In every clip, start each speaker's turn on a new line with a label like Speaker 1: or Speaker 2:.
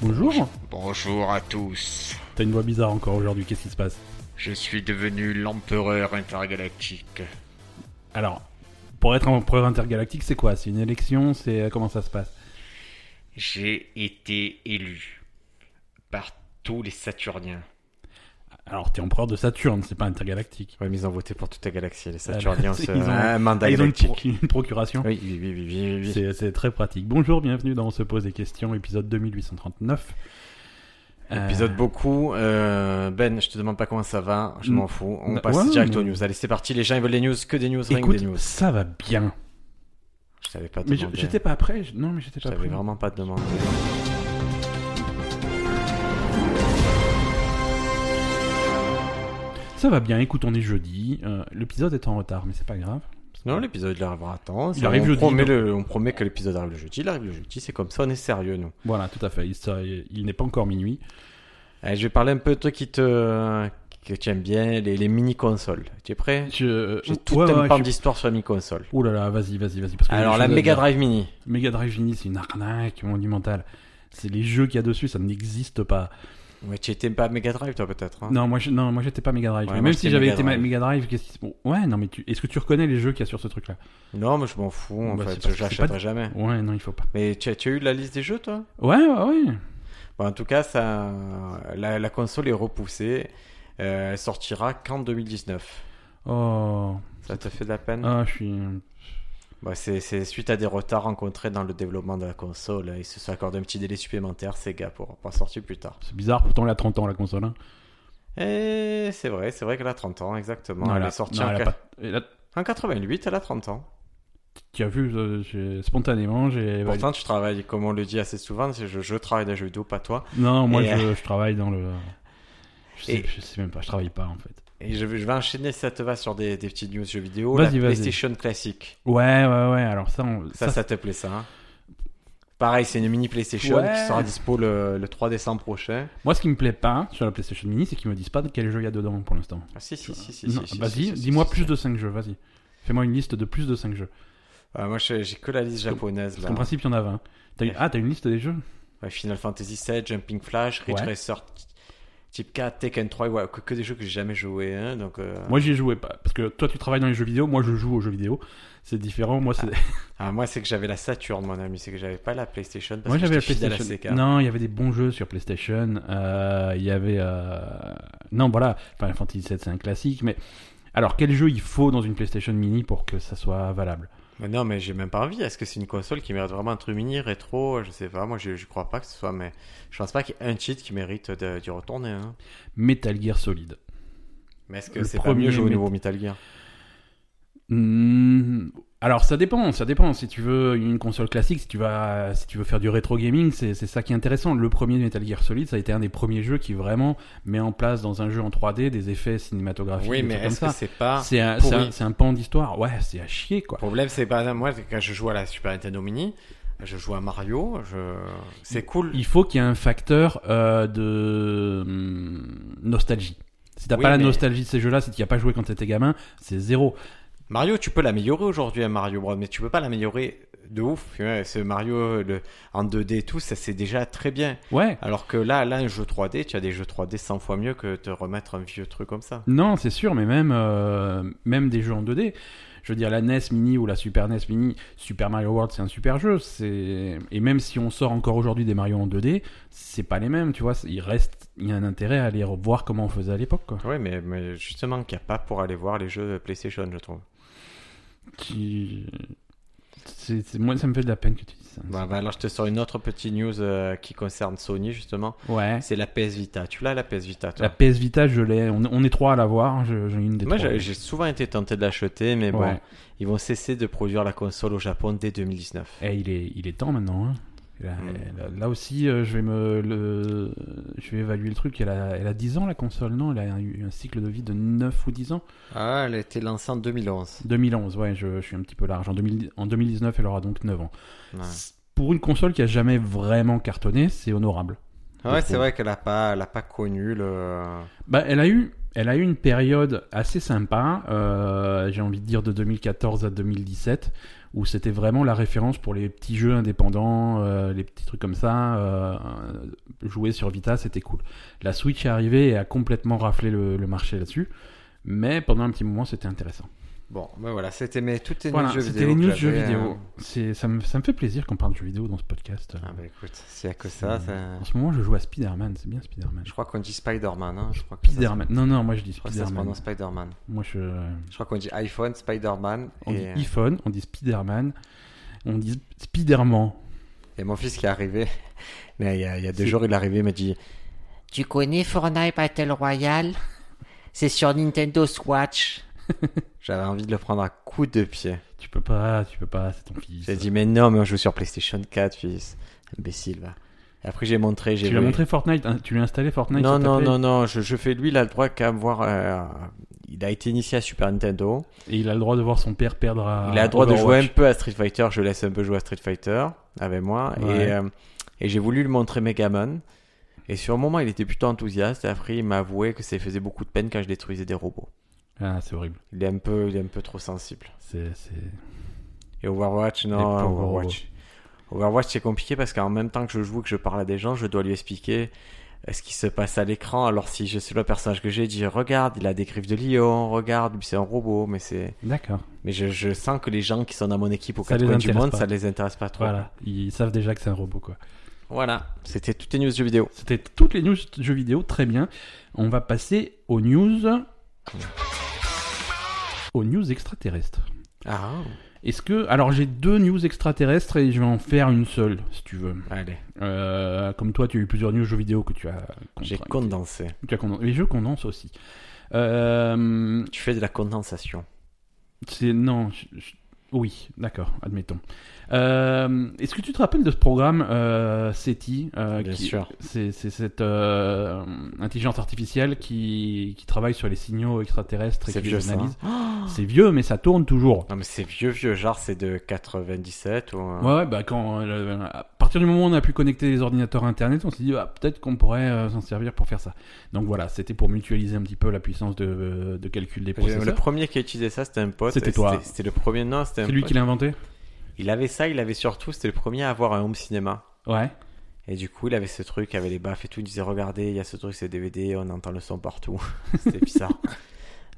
Speaker 1: Bonjour.
Speaker 2: Bonjour à tous.
Speaker 1: T'as une voix bizarre encore aujourd'hui, qu'est-ce qui se passe
Speaker 2: Je suis devenu l'empereur intergalactique.
Speaker 1: Alors, pour être empereur intergalactique, c'est quoi C'est une élection C'est euh, comment ça se passe
Speaker 2: J'ai été élu par tous les Saturniens.
Speaker 1: Alors, t'es empereur de Saturne, c'est pas intergalactique.
Speaker 3: Ouais, mais ils ont voté pour toute la galaxie, les Saturniens.
Speaker 1: c'est-
Speaker 3: c'est
Speaker 1: Ah, ils ont-
Speaker 3: un mandat
Speaker 1: Ah, ils ont une, pro-
Speaker 3: galactique.
Speaker 1: une procuration.
Speaker 3: Oui, oui, oui, oui, oui, oui.
Speaker 1: C'est c'est très pratique. Bonjour, bienvenue dans On se pose des questions, épisode 2839. Euh,
Speaker 3: Épisode beaucoup. Euh, ben, je te demande pas comment ça va, je
Speaker 1: Mm.
Speaker 3: m'en fous. On
Speaker 1: Bah,
Speaker 3: passe
Speaker 1: ouais,
Speaker 3: direct
Speaker 1: mais-
Speaker 3: aux news. Allez, c'est parti, les gens ils veulent des news, que des news, rien que
Speaker 1: Écoute,
Speaker 3: des news.
Speaker 1: ça va bien.
Speaker 3: Je savais pas te
Speaker 1: Mais je-
Speaker 3: demander.
Speaker 1: j'étais pas prêt. je- Non, mais j'étais
Speaker 3: Je
Speaker 1: pas
Speaker 3: savais
Speaker 1: prêt.
Speaker 3: vraiment pas te demander.
Speaker 1: Ça va bien. Écoute, on est jeudi. euh, L'épisode est en retard, mais c'est pas grave.
Speaker 3: Non, l'épisode il arrivera à temps.
Speaker 1: Il
Speaker 3: Ça,
Speaker 1: arrive
Speaker 3: on
Speaker 1: jeudi,
Speaker 3: Promet
Speaker 1: non
Speaker 3: le- on promet que l'épisode arrive le jeudi. Il arrive le jeudi, c'est comme ça, on est sérieux, nous.
Speaker 1: Voilà, tout à fait. Il, sera- il n'est pas encore minuit.
Speaker 3: Allez, Eh, je vais parler un peu de trucs qui te. que tu aimes bien, les, les mini-consoles. Tu es prêt
Speaker 1: Je...
Speaker 3: J'ai tout
Speaker 1: Ouais,
Speaker 3: un
Speaker 1: ouais,
Speaker 3: pan
Speaker 1: je-
Speaker 3: d'histoire sur la mini-console.
Speaker 1: Oh là là, vas-y, vas-y, vas-y. parce que j'ai
Speaker 3: Alors,
Speaker 1: des
Speaker 3: la
Speaker 1: choses à
Speaker 3: Mega
Speaker 1: dire.
Speaker 3: Drive Mini.
Speaker 1: Mega Drive Mini, c'est une arnaque monumentale. C'est les jeux qu'il y a dessus, ça n'existe pas.
Speaker 3: Ouais, tu étais pas Mega Drive, toi, peut-être. hein
Speaker 1: Non, moi, je, non, moi, j'étais pas Mega Drive.
Speaker 3: Ouais,
Speaker 1: mais
Speaker 3: moi,
Speaker 1: même si
Speaker 3: j'étais
Speaker 1: j'avais
Speaker 3: Mega
Speaker 1: été ma-
Speaker 3: Drive.
Speaker 1: Mega Drive, qu'est-ce qui se... bon, Ouais, non, mais tu... est-ce que tu reconnais les jeux qu'il y a sur ce truc-là
Speaker 3: Non, mais je m'en fous, en
Speaker 1: Bah, c'est
Speaker 3: fait.
Speaker 1: parce que
Speaker 3: Je
Speaker 1: c'est
Speaker 3: l'achèterai
Speaker 1: pas-
Speaker 3: jamais.
Speaker 1: Ouais, non, il faut pas.
Speaker 3: Mais tu as, tu as eu la liste des jeux, toi
Speaker 1: Ouais, ouais, ouais.
Speaker 3: Bon, En tout cas, ça, la, la console est repoussée. Euh, elle sortira qu'en 2019.
Speaker 1: Oh,
Speaker 3: Ça te fait de la peine
Speaker 1: ah, je suis.
Speaker 3: Bon, c'est, c'est suite à des retards rencontrés dans le développement de la console. Ils se sont accordés un petit délai supplémentaire, Sega, pour, pour sortir plus tard.
Speaker 1: C'est bizarre, pourtant, elle a 30 ans, la console. Hein.
Speaker 3: Et Eh, c'est vrai, c'est vrai qu'elle a 30 ans, exactement. elle
Speaker 1: a-
Speaker 3: est sortie
Speaker 1: non,
Speaker 3: en,
Speaker 1: elle a
Speaker 3: qua-
Speaker 1: pas- elle a-
Speaker 3: en 88, elle a 30 ans.
Speaker 1: Tu as vu, euh, j'ai- spontanément, j'ai.
Speaker 3: Pourtant, tu travailles, comme on le dit assez souvent, c'est je, je travaille dans les jeux vidéo, pas toi.
Speaker 1: Non, moi,
Speaker 3: Et, euh.
Speaker 1: je, je travaille dans le. Je sais,
Speaker 3: Et-
Speaker 1: je sais même pas, je travaille pas, en fait.
Speaker 3: Et je, vais- je vais enchaîner, si ça te va, sur des, des petites news jeux vidéo.
Speaker 1: Vas-y,
Speaker 3: la
Speaker 1: vas-y.
Speaker 3: PlayStation classique.
Speaker 1: Ouais, ouais, ouais, alors ça, on-
Speaker 3: Ça, ça, te plaît, ça hein Pareil, c'est une mini PlayStation
Speaker 1: Ouais.
Speaker 3: qui sera dispo le, le 3 décembre prochain.
Speaker 1: Moi, ce qui me plaît pas sur la PlayStation Mini, c'est qu'ils me disent pas de quel jeu il y a dedans pour l'instant.
Speaker 3: Ah, si, si, si, si.
Speaker 1: Non,
Speaker 3: si, si, si,
Speaker 1: Vas-y,
Speaker 3: si,
Speaker 1: dis-moi
Speaker 3: si,
Speaker 1: plus
Speaker 3: si.
Speaker 1: de 5 jeux, vas-y. Fais-moi une liste de plus de 5 jeux.
Speaker 3: Ah, moi, j'ai j'ai que la liste
Speaker 1: Parce que-
Speaker 3: japonaise,
Speaker 1: Parce
Speaker 3: là.
Speaker 1: qu'en principe, il y en a 20. T'as une- Ah, t'as une liste des jeux
Speaker 3: Ouais, Final Fantasy 7, Jumping Flash, Ridge
Speaker 1: Ouais.
Speaker 3: Racer, T- Type 4, Tekken 3, ouais, que, que des jeux que j'ai jamais joué. hein, donc, euh,
Speaker 1: Moi, j'y ai joué pas. Parce que toi, tu travailles dans les jeux vidéo, moi, je joue aux jeux vidéo. C'est différent, moi, c'est.
Speaker 3: ah, moi, c'est que j'avais la Saturn, mon ami. C'est que j'avais pas la PlayStation. Parce
Speaker 1: Moi
Speaker 3: que
Speaker 1: j'avais la
Speaker 3: j'étais fidèle à
Speaker 1: PlayStation.
Speaker 3: Sega.
Speaker 1: non, il y avait des bons jeux sur PlayStation. Euh, Il y avait. euh, Non, voilà. Final Fantasy 7, c'est un classique. Mais alors, quel jeu il faut dans une PlayStation Mini pour que ça soit valable
Speaker 3: Mais non, mais j'ai même pas envie. Est-ce que c'est une console qui mérite vraiment un truc mini, rétro Je sais pas. Moi, je, je crois pas que ce soit. Mais je pense pas qu'il y ait un cheat qui mérite de- d'y retourner. hein.
Speaker 1: Metal Gear Solid.
Speaker 3: Mais est-ce que
Speaker 1: Le
Speaker 3: c'est pas
Speaker 1: premier
Speaker 3: mieux jouer au
Speaker 1: mé-
Speaker 3: nouveau Metal Gear
Speaker 1: Hmm, alors ça dépend, ça dépend. Si tu veux une console classique, si tu vas, si tu veux faire du rétro gaming, c'est c'est ça qui est intéressant. Le premier Metal Gear Solid, ça a été un des premiers jeux qui vraiment met en place dans un jeu en 3D des effets cinématographiques.
Speaker 3: Oui,
Speaker 1: des
Speaker 3: mais
Speaker 1: trucs Ah, comme
Speaker 3: est-ce que
Speaker 1: ça.
Speaker 3: c'est pas.
Speaker 1: C'est un,
Speaker 3: pourri
Speaker 1: c'est un- c'est un pan d'histoire. Ouais, c'est à chier quoi.
Speaker 3: Le problème, c'est pas. Moi, quand je joue à la Super Nintendo Mini, je joue à Mario. Je... C'est cool.
Speaker 1: Il faut qu'il y ait un facteur euh, de hum, nostalgie. Si t'as
Speaker 3: Oui,
Speaker 1: pas la
Speaker 3: mais-
Speaker 1: nostalgie de ces jeux-là, si t'y as pas joué quand t'étais gamin, c'est zéro.
Speaker 3: Mario, tu peux l'améliorer aujourd'hui à Mario Bros, mais tu peux pas l'améliorer de ouf. Ouais, ce Mario le... en 2D et tout, ça c'est déjà très bien.
Speaker 1: Ouais.
Speaker 3: Alors que là, là, un jeu 3D, tu as des jeux 3D 100 fois mieux que te remettre un vieux truc comme ça.
Speaker 1: Non, c'est sûr, mais même, euh, même des jeux en 2D. Je veux dire, la NES Mini ou la Super NES Mini, Super Mario World, c'est un super jeu. C'est et même si on sort encore aujourd'hui des Mario en 2D, c'est pas les mêmes, tu vois. c'est- Il reste, il y a un intérêt à aller revoir comment on faisait à l'époque, quoi.
Speaker 3: Ouais, mais, mais justement, qu'il n'y a pas pour aller voir les jeux PlayStation, je trouve.
Speaker 1: Qui- C'est, c'est- moi, ça me fait de la peine que tu dises ça.
Speaker 3: Bah, bah, alors, je te sors une autre petite news euh, qui concerne Sony, justement.
Speaker 1: Ouais.
Speaker 3: C'est la PS Vita. Tu l'as, la PS Vita, toi
Speaker 1: La PS Vita, je l'ai. On, on est trois à l'avoir. Je, j'ai une des
Speaker 3: Moi,
Speaker 1: trois.
Speaker 3: j'ai j'ai souvent été tenté de l'acheter, mais bon,
Speaker 1: Ouais.
Speaker 3: ils vont cesser de produire la console au Japon dès 2019.
Speaker 1: Eh, il est, il est temps maintenant. hein. Là,
Speaker 3: Mm.
Speaker 1: là- là aussi, euh, je vais me, le, je vais évaluer le truc. Elle a, elle a 10 ans la console, non Elle a eu un cycle de vie de 9 ou 10 ans.
Speaker 3: Ah, elle a été lancée en 2011. 20
Speaker 1: 2011, ouais, je, je suis un petit peu large. En, 2000 en 2019, elle aura donc 9 ans.
Speaker 3: Ouais,
Speaker 1: C'est- Pour une console qui a jamais vraiment cartonné, c'est honorable.
Speaker 3: Ouais, c'est vrai qu'elle n'a pas, elle a pas connu le.
Speaker 1: Bah, elle a eu, elle a eu une période assez sympa, euh, j'ai envie de dire de 2014 à 2017, où c'était vraiment la référence pour les petits jeux indépendants, euh, les petits trucs comme ça. euh, jouer sur Vita, c'était cool. La Switch est arrivée et a complètement raflé le, le marché là-dessus, mais pendant un petit moment, c'était intéressant.
Speaker 3: Bon, ben voilà, c'était mes toutes les
Speaker 1: Voilà,
Speaker 3: news jeux
Speaker 1: c'était
Speaker 3: vidéo.
Speaker 1: les
Speaker 3: que
Speaker 1: news
Speaker 3: j'avais,
Speaker 1: jeux
Speaker 3: hein.
Speaker 1: vidéo. C'est- Ça me, ça me fait plaisir qu'on parle de jeux vidéo dans ce podcast.
Speaker 3: Ah ben écoute, s'il n'y a que ça,
Speaker 1: C'est-
Speaker 3: ça-
Speaker 1: En ce moment, je joue à Spider-Man, c'est bien Spider-Man.
Speaker 3: je crois qu'on dit Spider-Man. Hein. Je crois que ça se-
Speaker 1: Spider-Man. Non, non, moi je dis
Speaker 3: Je crois que ça se
Speaker 1: Spider-Man.
Speaker 3: prononce Spider-Man.
Speaker 1: Moi je.
Speaker 3: Je crois qu'on dit iPhone, Spider-Man.
Speaker 1: On dit
Speaker 3: Et, euh,
Speaker 1: iPhone, on dit Spider-Man, on dit Spider-Man.
Speaker 3: et mon fils qui est arrivé, mais il y a, il y a deux
Speaker 1: C'est-
Speaker 3: jours, il est arrivé, il m'a dit
Speaker 4: Tu connais Fortnite Battle Royale C'est sur Nintendo Switch.
Speaker 3: J'avais envie de le prendre à coup de pied.
Speaker 1: Tu peux pas, tu peux pas, c'est ton fils.
Speaker 3: J'ai dit, mais non, mais on joue sur PlayStation 4, fils. Imbécile, va. Et après, j'ai montré. j'ai
Speaker 1: Tu lui as
Speaker 3: vu-
Speaker 1: montré Fortnite, hein, tu lui as installé Fortnite
Speaker 3: Non,
Speaker 1: sur ta
Speaker 3: non,
Speaker 1: Play,
Speaker 3: non, non, je, je fais lui, il a le droit qu'à voir. euh, il a été initié à Super Nintendo.
Speaker 1: Et il a le droit de voir son père perdre à.
Speaker 3: il a le droit de jouer
Speaker 1: Ah, Overwatch.
Speaker 3: un peu à Street Fighter. Je laisse un peu jouer à Street Fighter avec moi.
Speaker 1: Ouais.
Speaker 3: Et, euh, et j'ai voulu lui montrer Megaman. Et sur le moment, il était plutôt enthousiaste. Et après, il m'a avoué que ça lui faisait beaucoup de peine quand je détruisais des robots.
Speaker 1: Ah, c'est horrible.
Speaker 3: Il est un peu, il est un peu trop sensible.
Speaker 1: C'est, c'est...
Speaker 3: Et Overwatch,
Speaker 1: Les
Speaker 3: non,
Speaker 1: pauvres
Speaker 3: Overwatch. Overwatch, c'est compliqué parce qu'en même temps que je joue, que je parle à des gens, je dois lui expliquer euh, ce qui se passe à l'écran. Alors si je suis le personnage que j'ai, je dis regarde, il a des griffes de lion, regarde, lui, c'est un robot, mais c'est,
Speaker 1: D'accord.
Speaker 3: mais je, je sens que les gens qui sont dans mon équipe au
Speaker 1: Ça
Speaker 3: quatre
Speaker 1: les
Speaker 3: coins du
Speaker 1: intéresse
Speaker 3: monde,
Speaker 1: pas.
Speaker 3: ça les intéresse pas trop.
Speaker 1: Voilà. Ils savent déjà que c'est un robot, quoi.
Speaker 3: Voilà. C'était toutes les news jeux vidéo.
Speaker 1: C'était toutes les news jeux vidéo, très bien. On va passer aux news. Aux news extraterrestres.
Speaker 3: Ah,
Speaker 1: Est-ce que. Alors, j'ai deux news extraterrestres et je vais en faire une seule, si tu veux.
Speaker 3: Ah, allez,
Speaker 1: Euh, comme toi, tu as eu plusieurs news jeux vidéo que tu as.
Speaker 3: j'ai
Speaker 1: contra-
Speaker 3: condensé.
Speaker 1: Tu as condensé. Mais je condense aussi. Euh,
Speaker 3: Tu fais de la condensation.
Speaker 1: c'est non. je- je- oui, d'accord, admettons. Euh, Est-ce que tu te rappelles de ce programme euh, SETI euh,
Speaker 3: Bien
Speaker 1: qui-
Speaker 3: sûr.
Speaker 1: C'est c'est cette euh, intelligence artificielle qui, qui travaille sur les signaux extraterrestres et
Speaker 3: C'est
Speaker 1: qui
Speaker 3: vieux,
Speaker 1: les
Speaker 3: ça, hein.
Speaker 1: analyse. C'est vieux, mais ça tourne toujours.
Speaker 3: Non mais c'est vieux vieux, genre c'est de 97 ou. euh,
Speaker 1: Ouais, ouais, bah quand euh, à partir du moment où on a pu connecter les ordinateurs à internet, on s'est dit ah, peut-être qu'on pourrait euh, s'en servir pour faire ça. Donc voilà, c'était pour mutualiser un petit peu la puissance de, de calcul des
Speaker 3: Le
Speaker 1: processeurs.
Speaker 3: premier qui a utilisé ça, c'était un pote.
Speaker 1: C'était
Speaker 3: et
Speaker 1: toi.
Speaker 3: C'était le premier. Non, c'était un
Speaker 1: C'est lui
Speaker 3: pote.
Speaker 1: qui l'a inventé
Speaker 3: Il avait ça, il avait surtout, c'était le premier à avoir un home cinéma.
Speaker 1: Ouais.
Speaker 3: Et du coup, il avait ce truc, il avait les baffes et tout. Il disait Regardez, il y a ce truc, c'est DVD, on entend le son partout. c'était bizarre.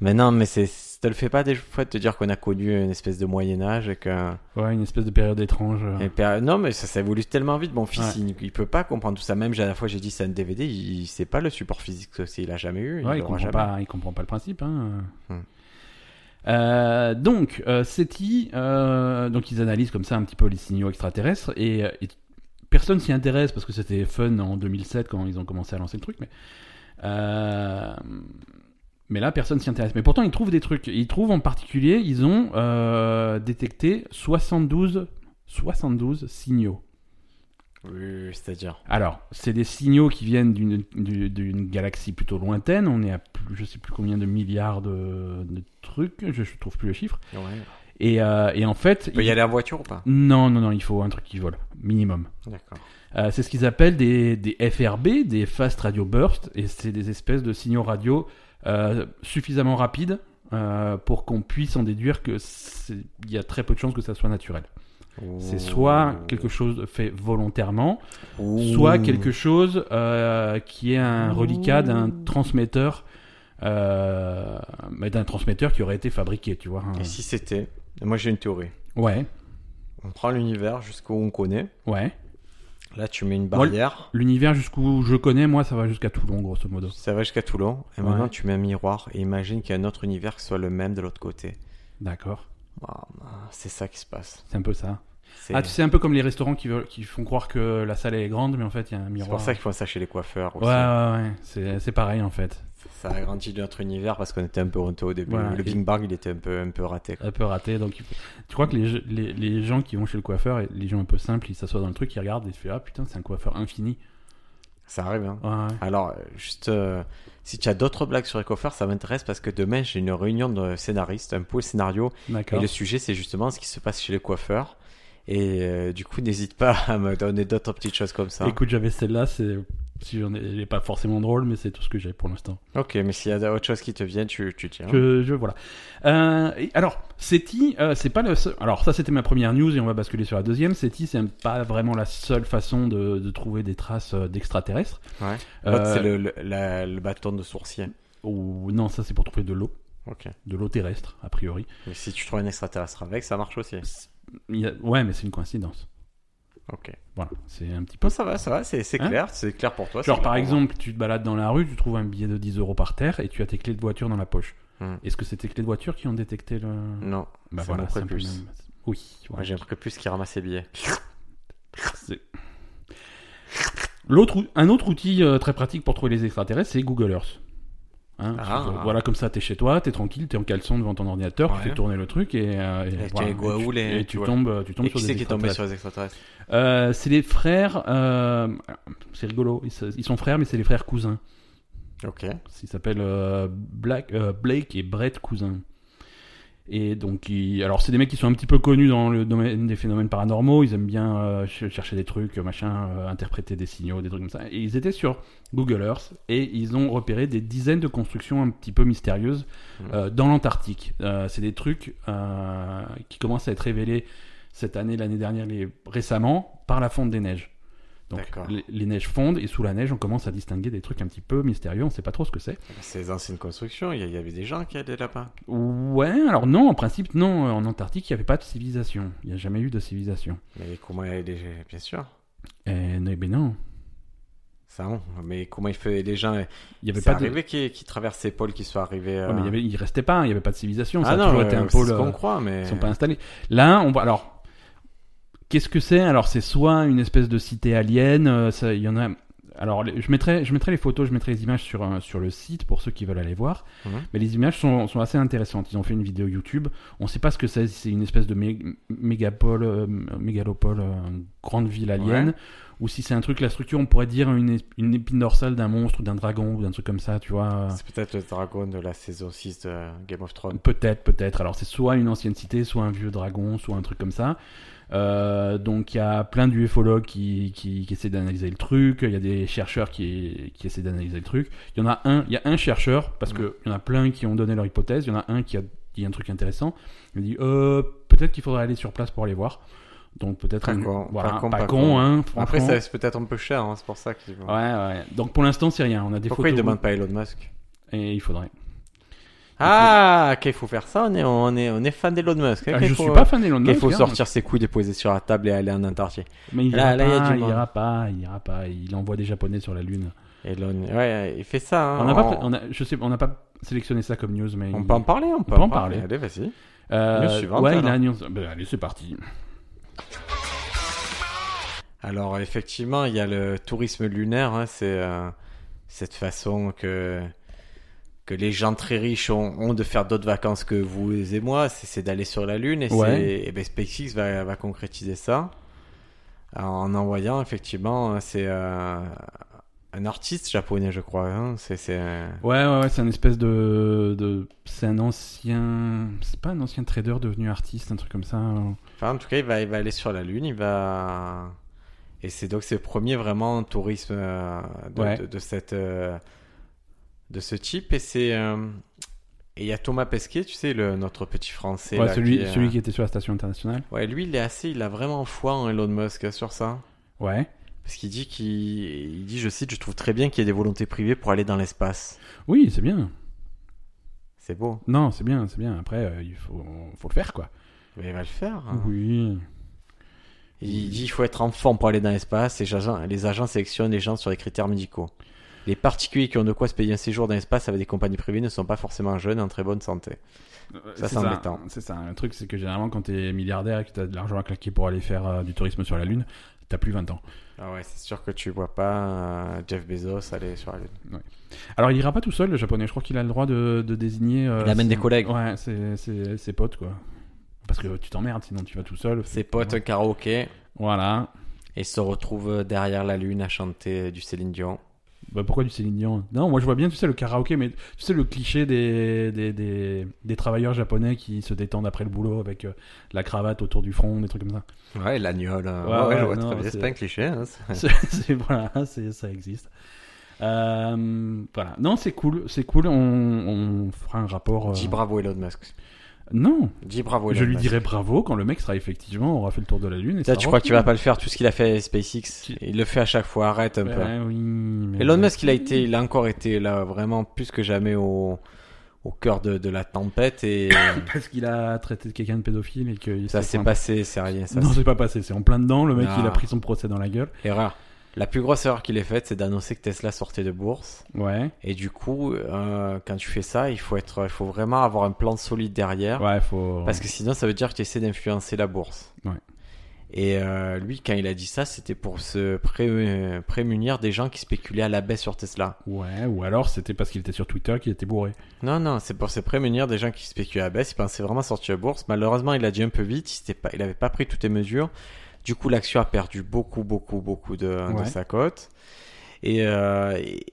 Speaker 3: mais non, mais c'est, ça le fait pas des fois de te dire qu'on a connu une espèce de Moyen-Âge et que.
Speaker 1: Ouais, une espèce de période étrange. euh.
Speaker 3: et puis, euh, non, mais ça s'évolue tellement vite. Mon fils,
Speaker 1: Ouais.
Speaker 3: il, il peut pas comprendre tout ça. Même, j'ai- à la fois, j'ai dit c'est un DVD, il, il sait pas le support physique que c'est, il a jamais eu.
Speaker 1: Ouais, il
Speaker 3: l'aura
Speaker 1: comprend
Speaker 3: jamais.
Speaker 1: pas, il comprend pas le principe. hein.
Speaker 3: Hmm.
Speaker 1: Euh, donc, euh, SETI, euh, donc ils analysent comme ça un petit peu les signaux extraterrestres et, euh, et personne s'y intéresse parce que c'était fun en 2007 quand ils ont commencé à lancer le truc, mais euh, mais là personne s'y intéresse. Mais pourtant ils trouvent des trucs. Ils trouvent en particulier, ils ont euh, détecté 72 72 signaux.
Speaker 3: Oui, c'est-à-dire.
Speaker 1: Alors, c'est des signaux qui viennent d'une- d'une d'une galaxie plutôt lointaine. On est à plus- je sais plus combien de milliards de, de trucs. Je ne trouve plus le chiffre.
Speaker 3: Ouais.
Speaker 1: Et, euh, et en fait,
Speaker 3: Il peut y
Speaker 1: il-
Speaker 3: aller en voiture ou pas
Speaker 1: non, non, non, il faut un truc qui vole minimum.
Speaker 3: D'accord.
Speaker 1: Euh, c'est ce qu'ils appellent des, des FRB, des Fast Radio Burst, et c'est des espèces de signaux radio euh, suffisamment rapides euh, pour qu'on puisse en déduire que c'est- il y a très peu de chances que ça soit naturel. C'est soit
Speaker 3: Oh.
Speaker 1: quelque chose fait volontairement, soit quelque chose euh, qui est un reliquat d'un transmetteur euh, mais d'un transmetteur qui aurait été fabriqué tu vois un-
Speaker 3: Et si c'était Moi j'ai une théorie.
Speaker 1: ouais
Speaker 3: On prend l'univers jusqu'où on connaît.
Speaker 1: ouais
Speaker 3: Là tu mets une
Speaker 1: Moi,
Speaker 3: barrière.
Speaker 1: l'univers jusqu'où je connais moi ça va jusqu'à Toulon grosso modo
Speaker 3: Ça va jusqu'à Toulon. Et
Speaker 1: Ouais.
Speaker 3: maintenant tu mets un miroir et imagine qu'il y a un autre univers qui soit le même de l'autre côté.
Speaker 1: d'accord
Speaker 3: Waouh, c'est ça qui se passe.
Speaker 1: c'est un peu ça
Speaker 3: C'est
Speaker 1: ah tu sais un peu comme les restaurants qui veulent qui font croire que la salle elle est grande mais en fait il y a un
Speaker 3: c'est
Speaker 1: miroir
Speaker 3: pour ça qu'ils font ça chez les coiffeurs
Speaker 1: ouais
Speaker 3: aussi.
Speaker 1: ouais ouais c'est c'est pareil en fait
Speaker 3: Ça agrandit notre univers parce qu'on était un peu honteux au début.
Speaker 1: Voilà.
Speaker 3: Le
Speaker 1: Et-
Speaker 3: Big Bang il était un peu, un peu raté. quoi.
Speaker 1: un peu raté donc il faut- tu crois que les, je- les, les gens qui vont chez le coiffeur et les gens un peu simples ils s'assoient dans le truc ils regardent et ils se font ah putain c'est un coiffeur infini
Speaker 3: Ça arrive hein.
Speaker 1: ouais, ouais.
Speaker 3: Alors, euh, juste, euh, si tu as d'autres blagues sur les coiffeurs, ça m'intéresse parce que demain j'ai une réunion de scénaristes, un pool scénario Et
Speaker 1: d'accord
Speaker 3: le sujet, c'est justement ce qui se passe chez les coiffeurs. Et euh, du coup, n'hésite pas à me donner d'autres petites choses comme ça.
Speaker 1: Écoute, j'avais celle-là, c'est. Si j'en ai- elle n'est pas forcément drôle, mais c'est tout ce que j'ai pour l'instant.
Speaker 3: Ok, mais s'il y a autre chose qui te vient, tu, tu tiens.
Speaker 1: Je, je- voilà. Euh, et alors, SETI, euh, c'est pas le seul- Alors, ça, c'était ma première news et on va basculer sur la deuxième. SETI, c'est pas vraiment la seule façon de, de trouver des traces euh, d'extraterrestres.
Speaker 3: Ouais.
Speaker 1: Euh,
Speaker 3: L'autre, c'est le, le, la- le bâton de sourcier.
Speaker 1: ou- non, ça, c'est pour trouver de l'eau,
Speaker 3: Ok.
Speaker 1: de l'eau terrestre, a priori.
Speaker 3: Mais si tu trouves un extraterrestre avec, ça marche aussi.
Speaker 1: C'est- il y a- ouais, mais c'est une coïncidence.
Speaker 3: Ok.
Speaker 1: Voilà, c'est un petit peu.
Speaker 3: Bon, ça va, ça va, c'est c'est
Speaker 1: Hein
Speaker 3: clair, c'est clair pour toi.
Speaker 1: Genre,
Speaker 3: c'est clair
Speaker 1: par
Speaker 3: pour
Speaker 1: exemple, tu te balades dans la rue, tu trouves un billet de 10 euros par terre et tu as tes clés de voiture dans la poche.
Speaker 3: Hmm.
Speaker 1: Est-ce que c'est tes clés de voiture qui ont détecté le.
Speaker 3: moi. Non,
Speaker 1: Bah
Speaker 3: c'est
Speaker 1: voilà,
Speaker 3: mon
Speaker 1: c'est un peu
Speaker 3: prépuce.
Speaker 1: le même- Oui,
Speaker 3: moi
Speaker 1: voilà.
Speaker 3: j'ai un prépuce qui ramasse ses billets.
Speaker 1: C'est- L'autre, ou- un autre outil euh, très pratique pour trouver les extraterrestres, c'est Google Earth. Hein,
Speaker 3: Ah.
Speaker 1: tu- Voilà, comme ça, t'es chez toi, t'es tranquille, t'es en caleçon devant ton ordinateur,
Speaker 3: Ouais.
Speaker 1: tu fais tourner le truc et, euh, et
Speaker 3: Et
Speaker 1: voilà.
Speaker 3: tu es Goa'uld et-
Speaker 1: et tu,
Speaker 3: ouais.
Speaker 1: tombes, euh, tu tombes
Speaker 3: Et
Speaker 1: sur
Speaker 3: qui
Speaker 1: des
Speaker 3: c'est qui est tombé
Speaker 1: extraterrestres.
Speaker 3: sur les extraterrestres
Speaker 1: Euh, c'est les frères. euh, c'est rigolo, ils, se- ils sont frères, mais c'est les frères cousins.
Speaker 3: Ok.
Speaker 1: Ils s'appellent euh, Black- euh, Blake et Brett Cousin. Et donc, ils- alors c'est des mecs qui sont un petit peu connus dans le domaine des phénomènes paranormaux. Ils aiment bien euh, ch- chercher des trucs, euh, machin, euh, interpréter des signaux, des trucs comme ça. Et ils étaient sur Google Earth et ils ont repéré des dizaines de constructions un petit peu mystérieuses euh, dans l'Antarctique. Euh, c'est des trucs euh, qui commencent à être révélés cette année, l'année dernière, les- récemment, par la fonte des neiges. Donc
Speaker 3: D'accord.
Speaker 1: les, les neiges fondent et sous la neige, on commence à distinguer des trucs un petit peu mystérieux. On sait pas trop ce que c'est.
Speaker 3: C'est des anciennes constructions, il y a- il y avait des gens qui allaient là-bas.
Speaker 1: Ouais, alors non, en principe, non. Euh, En Antarctique, il n'y avait pas de civilisation. Il n'y a jamais eu de civilisation.
Speaker 3: Mais comment il y avait des- Bien sûr.
Speaker 1: Eh non, ben non.
Speaker 3: Ça, non. Mais comment il fait les gens
Speaker 1: Il n'y avait
Speaker 3: C'est
Speaker 1: pas de.
Speaker 3: arrivé qu'ils qu'ils traversent ces pôles qui soient arrivés. euh,
Speaker 1: Ouais, mais il y avait- il restait pas, il n'y avait pas de civilisation. Ça
Speaker 3: ah
Speaker 1: a
Speaker 3: non,
Speaker 1: toujours
Speaker 3: euh,
Speaker 1: été un
Speaker 3: c'est
Speaker 1: pôle.
Speaker 3: ce qu'on
Speaker 1: euh,
Speaker 3: croit, mais.
Speaker 1: Ils sont pas installés. Là, on va. Alors, qu'est-ce que c'est Alors, c'est soit une espèce de cité alien. euh, ça- Il y en a. Alors, les- je mettrai, je mettrai les photos, je mettrai les images sur, euh, sur le site pour ceux qui veulent aller voir.
Speaker 3: Mhm.
Speaker 1: Mais les images sont, sont assez intéressantes. Ils ont fait une vidéo YouTube. On ne sait pas ce que c'est. si C'est une espèce de mé- mégapole, euh, mégalopole, euh, grande ville alien.
Speaker 3: Ouais.
Speaker 1: Ou si c'est un truc, la structure, on pourrait dire une, es- une épine dorsale d'un monstre ou d'un dragon ou d'un truc comme ça, tu vois. euh.
Speaker 3: C'est peut-être le dragon de la saison 6 de Game of Thrones.
Speaker 1: Peut-être, peut-être. Alors c'est soit une ancienne cité, soit un vieux dragon, soit un truc comme ça. Euh, donc il y a plein d'ufologues qui, qui, qui essaient d'analyser le truc, il y a des chercheurs qui, qui essaient d'analyser le truc. Il y en a un, il y a un chercheur, parce que qu'il y en a plein qui ont donné leur hypothèse, il y en a un qui a dit un truc intéressant, il dit euh, peut-être qu'il faudrait aller sur place pour aller voir. Donc peut-être
Speaker 3: Pas
Speaker 1: un-
Speaker 3: con,
Speaker 1: voilà,
Speaker 3: pas con,
Speaker 1: pas
Speaker 3: pas
Speaker 1: con,
Speaker 3: con.
Speaker 1: hein,
Speaker 3: Après,
Speaker 1: franchement.
Speaker 3: ça, c'est peut-être un peu cher, hein, c'est pour ça qu'ils vont.
Speaker 1: Ouais, ouais. Donc pour l'instant c'est rien, on a Ah, des
Speaker 3: Pourquoi ils
Speaker 1: photos
Speaker 3: demandent pas Elon Musk
Speaker 1: et il faudrait.
Speaker 3: Ah, qu'il faut faire ça, on est, on est, on est fan d'Elon Musk. hein,
Speaker 1: Ah,
Speaker 3: qu'il
Speaker 1: je
Speaker 3: faut-
Speaker 1: suis pas fan d'Elon
Speaker 3: qu'il
Speaker 1: Musk.
Speaker 3: faut
Speaker 1: hein.
Speaker 3: sortir ses couilles, les poser sur la table et aller en Antarctique.
Speaker 1: Mais il
Speaker 3: Là,
Speaker 1: ira,
Speaker 3: là, il y a
Speaker 1: pas,
Speaker 3: du
Speaker 1: il
Speaker 3: monde.
Speaker 1: ira pas, il ira pas, il envoie déjà poney sur la lune.
Speaker 3: Elon, ouais, il fait ça. hein,
Speaker 1: On n'a pas, on a- je sais, on n'a pas sélectionné ça comme news, mais
Speaker 3: on
Speaker 1: il-
Speaker 3: peut en parler, on peut, en parler. Allez, vas-y.
Speaker 1: Euh,
Speaker 3: News suivante,
Speaker 1: ouais, il a
Speaker 3: alors.
Speaker 1: un news. Ben, allez, c'est parti.
Speaker 3: Alors effectivement, il y a le tourisme lunaire, hein, c'est euh, cette façon que que les gens très riches ont, ont de faire d'autres vacances que vous et moi, c'est c'est d'aller sur la Lune et,
Speaker 1: Ouais.
Speaker 3: c'est- et ben, SpaceX va, va concrétiser ça en envoyant effectivement c'est euh, un artiste japonais je crois, hein, c'est c'est un-
Speaker 1: Ouais, ouais, ouais, c'est un espèce de, de- c'est un ancien, c'est pas un ancien trader devenu artiste, un truc comme ça.
Speaker 3: Enfin, en tout cas, il va, il va aller sur la Lune, il va. Et c'est donc c'est le premier vraiment tourisme euh, de,
Speaker 1: Ouais.
Speaker 3: de, de cette, euh, de ce type. Et c'est. euh, Et il y a Thomas Pesquet, tu sais, le, notre petit français.
Speaker 1: Ouais,
Speaker 3: là,
Speaker 1: celui,
Speaker 3: qui, euh,
Speaker 1: celui qui était sur la station internationale.
Speaker 3: Ouais, lui, il est assez. Il a vraiment foi en Elon Musk hein, sur ça.
Speaker 1: Ouais.
Speaker 3: Parce qu'il dit qu'il. Il dit, je cite, je trouve très bien qu'il y ait des volontés privées pour aller dans l'espace.
Speaker 1: Oui, c'est bien.
Speaker 3: C'est beau.
Speaker 1: Non, c'est bien, c'est bien. Après, euh, il faut, faut le faire, quoi.
Speaker 3: Mais il va le faire. hein.
Speaker 1: Oui.
Speaker 3: Il dit il faut être en forme pour aller dans l'espace. Les agents, les agents sélectionnent les gens sur des critères médicaux. Les particuliers qui ont de quoi se payer un séjour dans l'espace avec des compagnies privées ne sont pas forcément jeunes et en très bonne santé. Ça, c'est embêtant.
Speaker 1: C'est ça. Le truc, c'est que généralement, quand t'es milliardaire et que t'as de l'argent à claquer pour aller faire euh, du tourisme sur la lune, t'as plus 20 ans.
Speaker 3: Ah ouais, c'est sûr que tu vois pas euh, Jeff Bezos aller sur la Lune.
Speaker 1: Alors il ira pas tout seul le japonais, je crois qu'il a le droit de, de désigner... euh,
Speaker 3: Il amène
Speaker 1: ses-
Speaker 3: des collègues.
Speaker 1: Ouais, ses, ses- ses potes quoi. Parce que tu t'emmerdes sinon tu vas tout seul.
Speaker 3: Ses potes karaoké
Speaker 1: Voilà.
Speaker 3: et se retrouvent derrière la Lune à chanter du Céline Dion.
Speaker 1: bah, pourquoi du Céline Dion Non, moi je vois bien, tu sais, le karaoké, mais tu sais, le cliché des, des, des, des travailleurs japonais qui se détendent après le boulot avec euh, la cravate autour du front, des trucs comme ça.
Speaker 3: Ouais, l'agnole. euh,
Speaker 1: Ouais,
Speaker 3: Ouais,
Speaker 1: ouais,
Speaker 3: je vois
Speaker 1: non,
Speaker 3: très bien.
Speaker 1: c'est-
Speaker 3: C'est pas un cliché. hein, c'est-
Speaker 1: C'est- c'est- voilà, c'est- ça existe. Euh, voilà. Non, c'est cool, c'est cool. On, on fera un rapport. euh,
Speaker 3: Dis bravo Elon Musk.
Speaker 1: Non,
Speaker 3: Dis bravo Elon
Speaker 1: je lui
Speaker 3: Musk.
Speaker 1: dirai bravo quand le mec sera effectivement aura fait le tour de la lune. Et
Speaker 3: Putain,
Speaker 1: sera
Speaker 3: tu crois qu'il
Speaker 1: revenu.
Speaker 3: va pas le faire tout ce qu'il a fait à SpaceX
Speaker 1: Tu-
Speaker 3: Il le fait à chaque fois, arrête un peu.
Speaker 1: Ben oui, mais-
Speaker 3: Elon Musk, il a été, il a encore été là vraiment plus que jamais au, au cœur de, de la tempête et
Speaker 1: parce qu'il a traité quelqu'un de pédophile et que
Speaker 3: ça s'est passé, c'est rien, ça.
Speaker 1: non,
Speaker 3: c'est- Ah.
Speaker 1: c'est pas passé. C'est en plein dedans. Le mec,
Speaker 3: Non.
Speaker 1: il a pris son procès dans la gueule.
Speaker 3: Erreur. La plus grosse erreur qu'il ait faite, c'est d'annoncer que Tesla sortait de bourse.
Speaker 1: Ouais.
Speaker 3: Et du coup, euh, quand tu fais ça, il faut être, il faut vraiment avoir un plan solide derrière.
Speaker 1: Ouais, faut.
Speaker 3: Parce que sinon, ça veut dire que tu essaies d'influencer la bourse.
Speaker 1: Ouais.
Speaker 3: Et euh, lui, quand il a dit ça, c'était pour se pré- euh, prémunir des gens qui spéculaient à la baisse sur Tesla.
Speaker 1: Ouais. Ou alors c'était parce qu'il était sur Twitter qu'il était bourré.
Speaker 3: Non, non, c'est pour se prémunir des gens qui spéculaient à la baisse. Il pensait vraiment sortir à la bourse. Malheureusement, il a dit un peu vite. Il s'était pas, il avait pas pris toutes les mesures. Du coup, l'action a perdu beaucoup, beaucoup, beaucoup de, de
Speaker 1: Ouais.
Speaker 3: sa cote. Et, euh, et-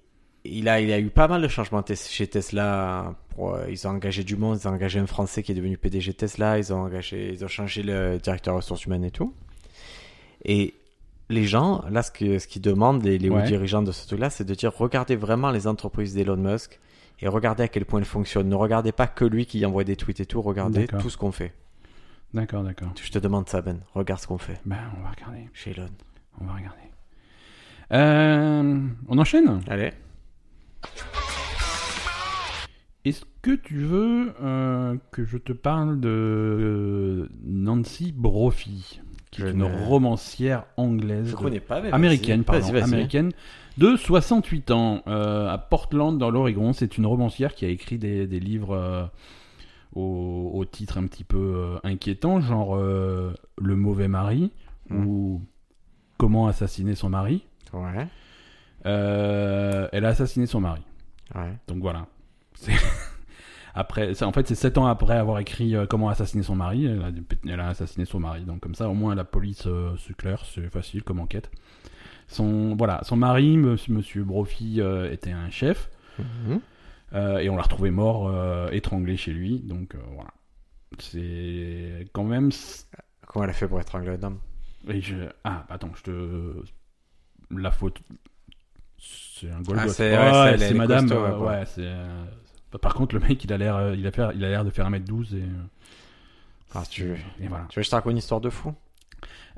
Speaker 3: il, a, il a eu pas mal de changements tes- chez Tesla. Pour, euh, ils ont engagé du monde. Ils ont engagé un Français qui est devenu PDG Tesla. Ils ont, engagé, ils ont changé le directeur ressources humaines et tout. Et les gens, là, ce que- ce qu'ils demandent, les, les hauts
Speaker 1: Ouais.
Speaker 3: dirigeants de ce truc-là, c'est de dire regardez vraiment les entreprises d'Elon Musk et regardez à quel point elles fonctionnent. Ne regardez pas que lui qui envoie des tweets et tout. Regardez
Speaker 1: D'accord.
Speaker 3: tout ce qu'on fait.
Speaker 1: D'accord, d'accord.
Speaker 3: Je te demande ça, Ben. Regarde ce qu'on fait
Speaker 1: Ben, on va regarder.
Speaker 3: chez Elon.
Speaker 1: On va regarder. Euh, on enchaîne.
Speaker 3: Allez.
Speaker 1: Est-ce que tu veux euh, que je te parle de euh, Nancy Brophy, qui
Speaker 3: Je
Speaker 1: est une
Speaker 3: ne-
Speaker 1: romancière anglaise,
Speaker 3: Je
Speaker 1: de-
Speaker 3: connais pas, mais vas-y.
Speaker 1: américaine, pardon,
Speaker 3: Vas-y, vas-y.
Speaker 1: américaine, de 68 ans, euh, à Portland, dans l'Oregon. C'est une romancière qui a écrit des, des livres euh, au, au titre un petit peu euh, inquiétant, genre euh, Le mauvais mari
Speaker 3: Mm.
Speaker 1: ou Comment assassiner son mari.
Speaker 3: Ouais.
Speaker 1: Euh, elle a assassiné son mari.
Speaker 3: Ouais.
Speaker 1: Donc voilà. C'est- Après, ça, en fait, c'est sept ans après avoir écrit euh, Comment assassiner son mari. Elle a, elle a assassiné son mari. Donc comme ça, au moins la police euh, c'est clair, c'est facile comme enquête. Son voilà, son mari, M- Monsieur Brophy, euh, était un chef
Speaker 3: Mhm.
Speaker 1: euh, et on l'a retrouvé mort, euh, étranglé chez lui. Donc euh, voilà. C'est quand même.
Speaker 3: Comment elle a fait pour étrangler un homme
Speaker 1: Et je... Ah, attends, je te. La faute. C'est un Golgoth.
Speaker 3: Ah, c'est-
Speaker 1: Ouais,
Speaker 3: ouais, c'est- elle
Speaker 1: c'est
Speaker 3: est
Speaker 1: madame.
Speaker 3: costaud, ouais,
Speaker 1: euh,
Speaker 3: quoi.
Speaker 1: ouais, c'est. euh, bah, Par contre, le mec, il a l'air, euh, il a fait- il a l'air de faire 1m12 et. euh,
Speaker 3: Ah, tu veux.
Speaker 1: Et voilà.
Speaker 3: Tu veux que je te raconte une histoire de fou